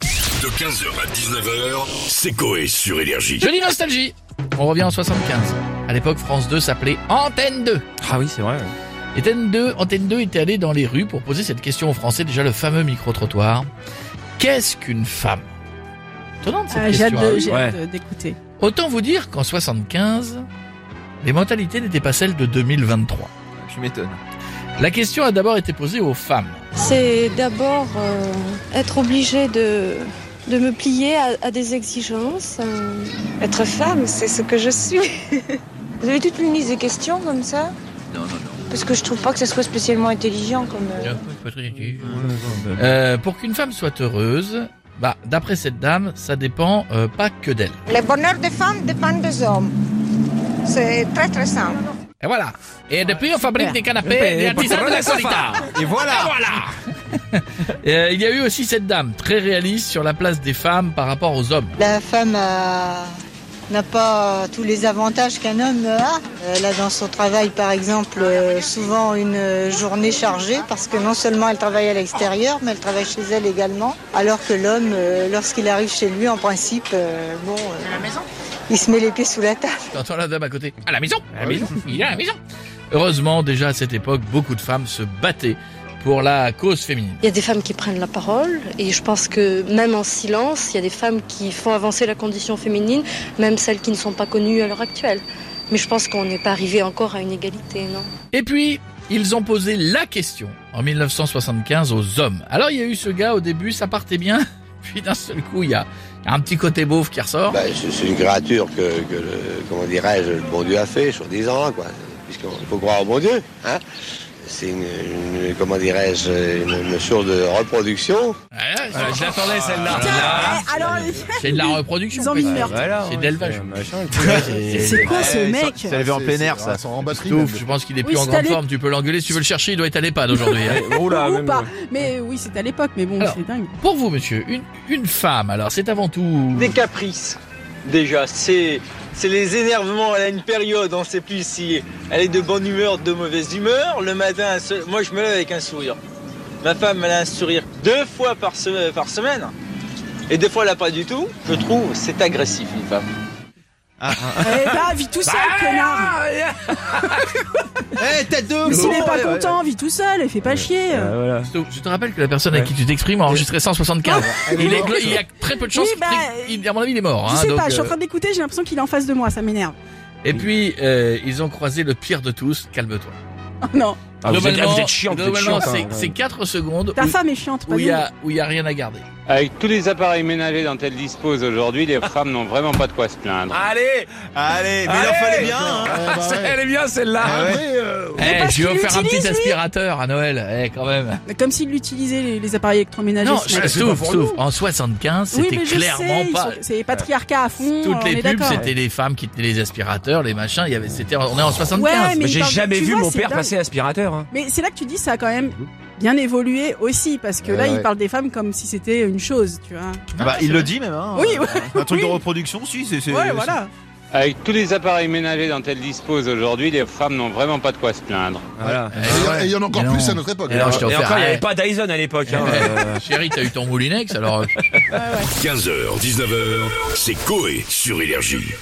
De 15h à 19h, c'est Coé sur Énergie. Jolie nostalgie On revient en 75. À l'époque, France 2 s'appelait Antenne 2. Ah oui, c'est vrai. ouais. Et Antenne 2, Antenne 2 était allée dans les rues pour poser cette question aux Français, déjà le fameux micro-trottoir. Qu'est-ce qu'une femme Étonnante cette Ah, j'ai hâte question. hein. de- j'ai ouais. hâte de- d'écouter. Autant vous dire qu'en 75, les mentalités n'étaient pas celles de 2023. Tu m'étonnes. La question a d'abord été posée aux femmes. C'est d'abord euh, être obligé de, de me plier à, à des exigences. euh. Être femme, c'est ce que je suis. Vous avez toute une liste de questions comme ça Non, non, non. Parce que je trouve pas que ça soit spécialement intelligent comme. euh, Euh, pour qu'une femme soit heureuse, bah, d'après cette dame, ça dépend euh, pas que d'elle. Le bonheur des femmes dépend des hommes. C'est très très simple. Et voilà. Et depuis, on fabrique des canapés, des artisans de la solita. Et voilà. Euh, il y a eu aussi cette dame, très réaliste sur la place des femmes par rapport aux hommes. La femme a- n'a pas tous les avantages qu'un homme a. Elle a dans son travail, par exemple, euh, souvent une euh, journée chargée parce que non seulement elle travaille à l'extérieur, mais elle travaille chez elle également. Alors que l'homme, euh, lorsqu'il arrive chez lui, en principe, euh, bon, euh, il se met les pieds sous la table. T'entends la dame à côté À la maison À la maison Il est à la maison Heureusement, déjà à cette époque, beaucoup de femmes se battaient pour la cause féminine. Il y a des femmes qui prennent la parole et je pense que même en silence, il y a des femmes qui font avancer la condition féminine, même celles qui ne sont pas connues à l'heure actuelle. Mais je pense qu'on n'est pas arrivé encore à une égalité, non Et puis, ils ont posé la question en 1975 aux hommes. Alors, il y a eu ce gars au début, ça partait bien. Puis d'un seul coup, il y a un petit côté beauf qui ressort. Bah, c'est c'est une créature que, que le- comment dirais-je, le bon Dieu a fait, soi-disant, quoi. Puisqu'il faut croire au bon Dieu, hein. C'est une, une- comment dirais-je, une, une source de reproduction. Ouais, Voilà, je l'attendais celle-là. Ah, Eh, alors, Euh, c'est de la reproduction. Ils ont mis presque. le meurtre. Voilà, C'est ouais, d'élevage. un machin, le c'est quoi ce Ouais, mec Ça l'avait en plein air, ça. C'est ouf, je pense qu'il est plus Oui, en c'est grande allé- forme. Tu peux l'engueuler si tu veux le chercher. Il doit être à l'EHPAD aujourd'hui. hein. Oh là, Ou même- pas. Mais oui, c'était à l'époque, mais bon, Alors. c'est dingue. Pour vous, monsieur, une, une femme, alors c'est avant tout. Des caprices, déjà. C'est, c'est les énervements. Elle a une période, on sait plus si elle est de bonne humeur, de mauvaise humeur. Le matin, un seul- moi je me lève avec un sourire. Ma femme, elle a un sourire deux fois par, se- par semaine. Et des fois, elle n'a pas du tout. Je trouve, c'est agressif, une femme. Eh bah, vis tout seul, ah, connard Eh, tête de Mais s'il ouf. n'est pas Ouais, ouais. content, vis tout seul, et fais pas chier Ouais, voilà. Donc, Je te rappelle que la personne à qui tu t'exprimes a enregistré 175. Il, est, il y a très peu de chances. Oui, bah, qu'il- il- à mon avis, il est mort. Je hein, sais donc, pas, je suis euh, en train d'écouter, j'ai l'impression qu'il est en face de moi, ça m'énerve. Et puis, euh, ils ont croisé le pire de tous. Calme-toi. Oh, non, Ah, vous, êtes, ah, Globalement- vous êtes chiant, vous êtes globalement, chiant. hein. c'est- c'est 4 secondes ta où- femme est chiante, pas où il y nous. a- où il y a rien à garder. Avec tous les appareils ménagers dont elle dispose aujourd'hui, les femmes n'ont vraiment pas de quoi se plaindre. Allez, allez, mais il en fallait bien. hein. Elle est bien celle-là. Eh, Euh, parce je vais qu'il offrir un l'utilise, petit lui. Bah, aspirateur à Noël. Eh, quand même. Mais Comme s'il utilisait les, les appareils électroménagers. Non, ce Ah, je mec. souffre, souffre. En 75, Oui, c'était mais je clairement sais, ils pas. Euh, sont- c'est patriarcat à fond, Toutes Mmh, on les est pubs, d'accord. c'était les femmes qui tenaient les aspirateurs, les machins. Il y avait, c'était, on est en 75. Ouais, mais Mais j'ai attends, jamais tu vu vois, mon c'est père dingue. passer aspirateur. hein. Mais c'est là que tu dis ça a quand même bien évolué aussi parce que là il parle des femmes comme si c'était une chose, tu vois. Ah bah, il le dit même. Hein, Oui, ouais, Un truc oui. de reproduction, si, c'est. c'est- Ouais, c'est- voilà. Avec tous les appareils ménagers dont elle dispose aujourd'hui, les femmes n'ont vraiment pas de quoi se plaindre. Voilà. Et il y en a encore plus à notre époque. Alors, je t'ai Et offert, encore, il n'y eh, avait pas Dyson à l'époque. hein. Bah, Chérie, t'as eu ton moulinex, alors 15h, 19h, c'est Coé sur Énergie.